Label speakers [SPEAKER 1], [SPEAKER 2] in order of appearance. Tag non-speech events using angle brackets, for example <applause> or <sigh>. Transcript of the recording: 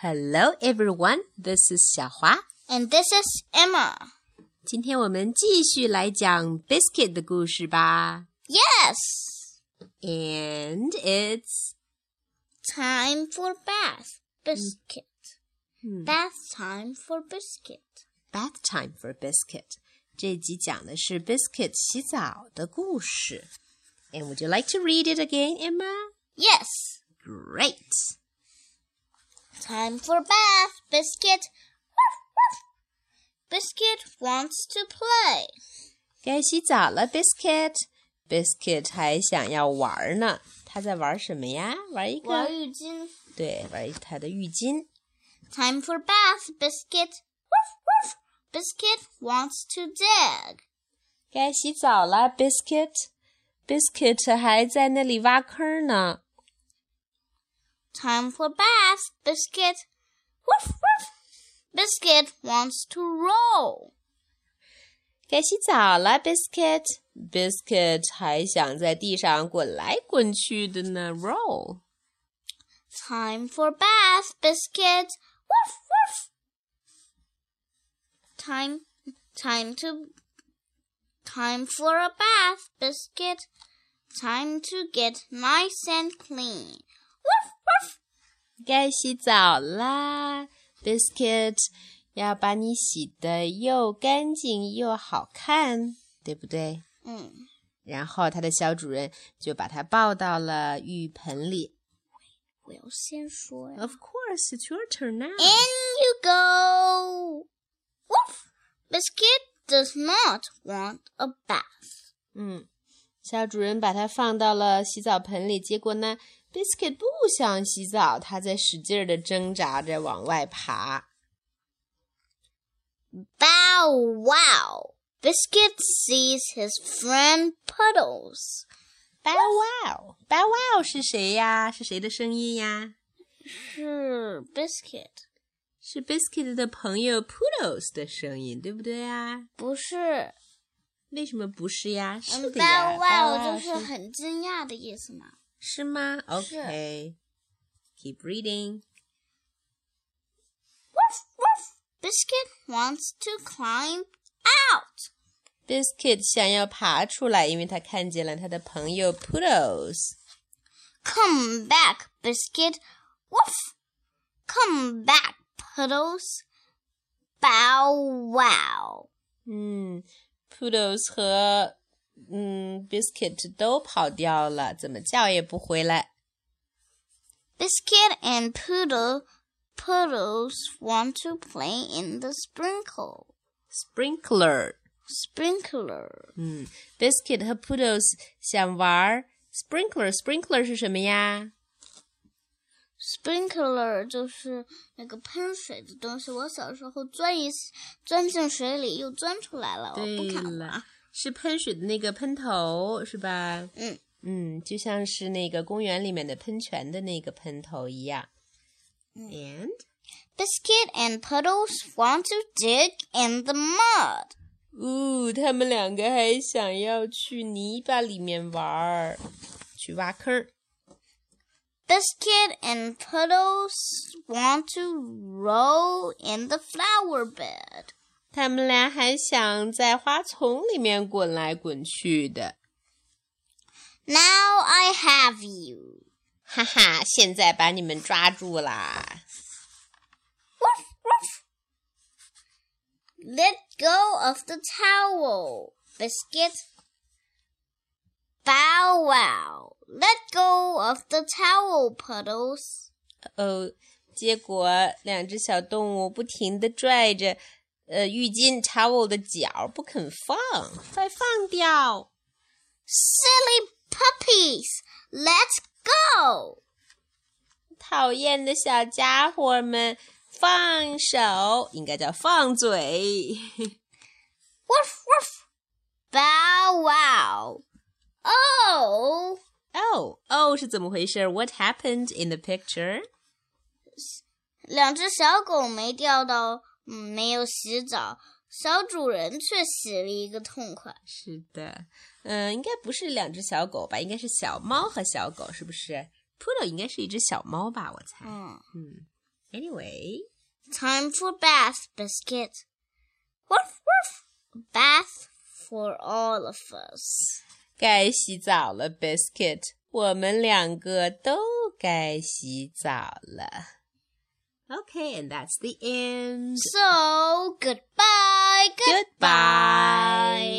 [SPEAKER 1] Hello, everyone. This is 小华。
[SPEAKER 2] And this is Emma.
[SPEAKER 1] 今天我们继续来讲 Biscuit 的故事吧。
[SPEAKER 2] Yes!
[SPEAKER 1] And it's
[SPEAKER 2] Time for bath. Biscuit. Bath time for biscuit.
[SPEAKER 1] bath time for Biscuit。这集讲的是 Biscuit 洗澡的故事。And would you like to read it again, Emma?
[SPEAKER 2] Yes!
[SPEAKER 1] Great.
[SPEAKER 2] Time for bath. Biscuit. Woof, woof. Biscuit wants to play.
[SPEAKER 1] 该洗澡了，Biscuit。Biscuit 还想要玩呢。他在玩什么呀？玩一个，
[SPEAKER 2] 我已经
[SPEAKER 1] 对，玩他的浴巾。
[SPEAKER 2] Time for bath. Biscuit. Woof, woof. Biscuit wants to dig.
[SPEAKER 1] 该洗澡了，Biscuit。Biscuit 还在那里挖坑呢。
[SPEAKER 2] Time for bath. Biscuit. Woof, woof. Biscuit wants to roll.
[SPEAKER 1] 该洗澡了，Biscuit。Biscuit 还想在地上滚来滚去的呢，Roll。
[SPEAKER 2] Time for bath biscuit. Woof woof. Time, time to, time for a bath biscuit. Time to get nice and clean. Woof woof.
[SPEAKER 1] 该洗澡啦，Biscuit。要把你洗得又干净又好看，对不对？
[SPEAKER 2] 嗯，
[SPEAKER 1] 然后他的小主人就把他抱到了浴盆里。
[SPEAKER 2] 我要先说呀。
[SPEAKER 1] Of course, it's your turn now.
[SPEAKER 2] In you go. Woof. Biscuit does not want a bath.
[SPEAKER 1] 嗯，小主人把它放到了洗澡盆里，结果呢，Biscuit 不想洗澡，他在使劲的挣扎着往外爬。
[SPEAKER 2] Bow wow. Biscuit sees his friend Puddles.
[SPEAKER 1] Bow wow，Bow wow 是谁呀？是谁的声音呀？
[SPEAKER 2] 是 biscuit，
[SPEAKER 1] 是 Biscuit 的朋友 Poodles 的声音，对不对呀？
[SPEAKER 2] 不是。
[SPEAKER 1] 为什么不是呀？是
[SPEAKER 2] 嗯
[SPEAKER 1] 的呀
[SPEAKER 2] ，bow wow
[SPEAKER 1] ，bow
[SPEAKER 2] 就是
[SPEAKER 1] 是
[SPEAKER 2] 很惊讶的意思嘛。
[SPEAKER 1] 是吗？OK，keep reading。
[SPEAKER 2] Woof woof. Biscuit wants to climb out.
[SPEAKER 1] Biscuit 想要爬出来，因为他看见了他的朋友 Poodles。
[SPEAKER 2] Come back, biscuit. Woof. Come back, puddles. Bow wow.
[SPEAKER 1] 嗯，Poodles 和嗯 Biscuit 都跑掉了，怎么叫也不回来。
[SPEAKER 2] Biscuit and poodle puddles want to play in the sprinkle
[SPEAKER 1] Sprinkler，
[SPEAKER 2] sprinkler.
[SPEAKER 1] 嗯，Biscuit 和 Poodles 想玩 Sprinkler，Sprinkler 是什么呀？
[SPEAKER 2] Sprinkler 就是那个喷水的东西。我小时候钻一钻进水里，又钻出来了，我哦不敢啊玩。，
[SPEAKER 1] 是喷水的那个喷头是吧？
[SPEAKER 2] 嗯
[SPEAKER 1] 嗯，就像是那个公园里面的喷泉的那个喷头一样。And
[SPEAKER 2] 嗯 Biscuit and Puddles want to dig in the mud.
[SPEAKER 1] 哦，他们两个还想要去泥巴里面玩儿，去挖坑儿。
[SPEAKER 2] Biscuit and Puddles want to roll in the flower bed.
[SPEAKER 1] 他们俩还想在花丛里面滚来滚去的，
[SPEAKER 2] Now I have you.
[SPEAKER 1] 哈哈！现在把你们抓住啦
[SPEAKER 2] Woof, woof. Let go of the towel, Biscuit. Bow wow. Let go of the towel, Puddles.
[SPEAKER 1] 哦，结果两只小动物不停地拽着，呃，浴巾 towel 的角不肯放，快放掉！
[SPEAKER 2] Silly puppies, let go.
[SPEAKER 1] 讨厌的小家伙们，放手，应该叫放嘴。 <laughs>
[SPEAKER 2] Woof, woof. Bow wow. Oh,
[SPEAKER 1] 哦哦，是怎么回事？What happened in the picture？
[SPEAKER 2] 两只小狗没掉到，嗯，没有洗澡，小主人却洗了一个痛快。
[SPEAKER 1] 是的，嗯，应该不是两只小狗吧？应该是小猫和小狗，是不是？Poodle 应该是一只小猫吧，我猜。
[SPEAKER 2] 嗯。
[SPEAKER 1] 嗯 Anyway,
[SPEAKER 2] Time for bath, Biscuit. Woof woof. Bath for all of us.
[SPEAKER 1] 该洗澡了，Biscuit。我们两个都该洗澡了。Okay, and that's the end.
[SPEAKER 2] So, goodbye.
[SPEAKER 1] Goodbye.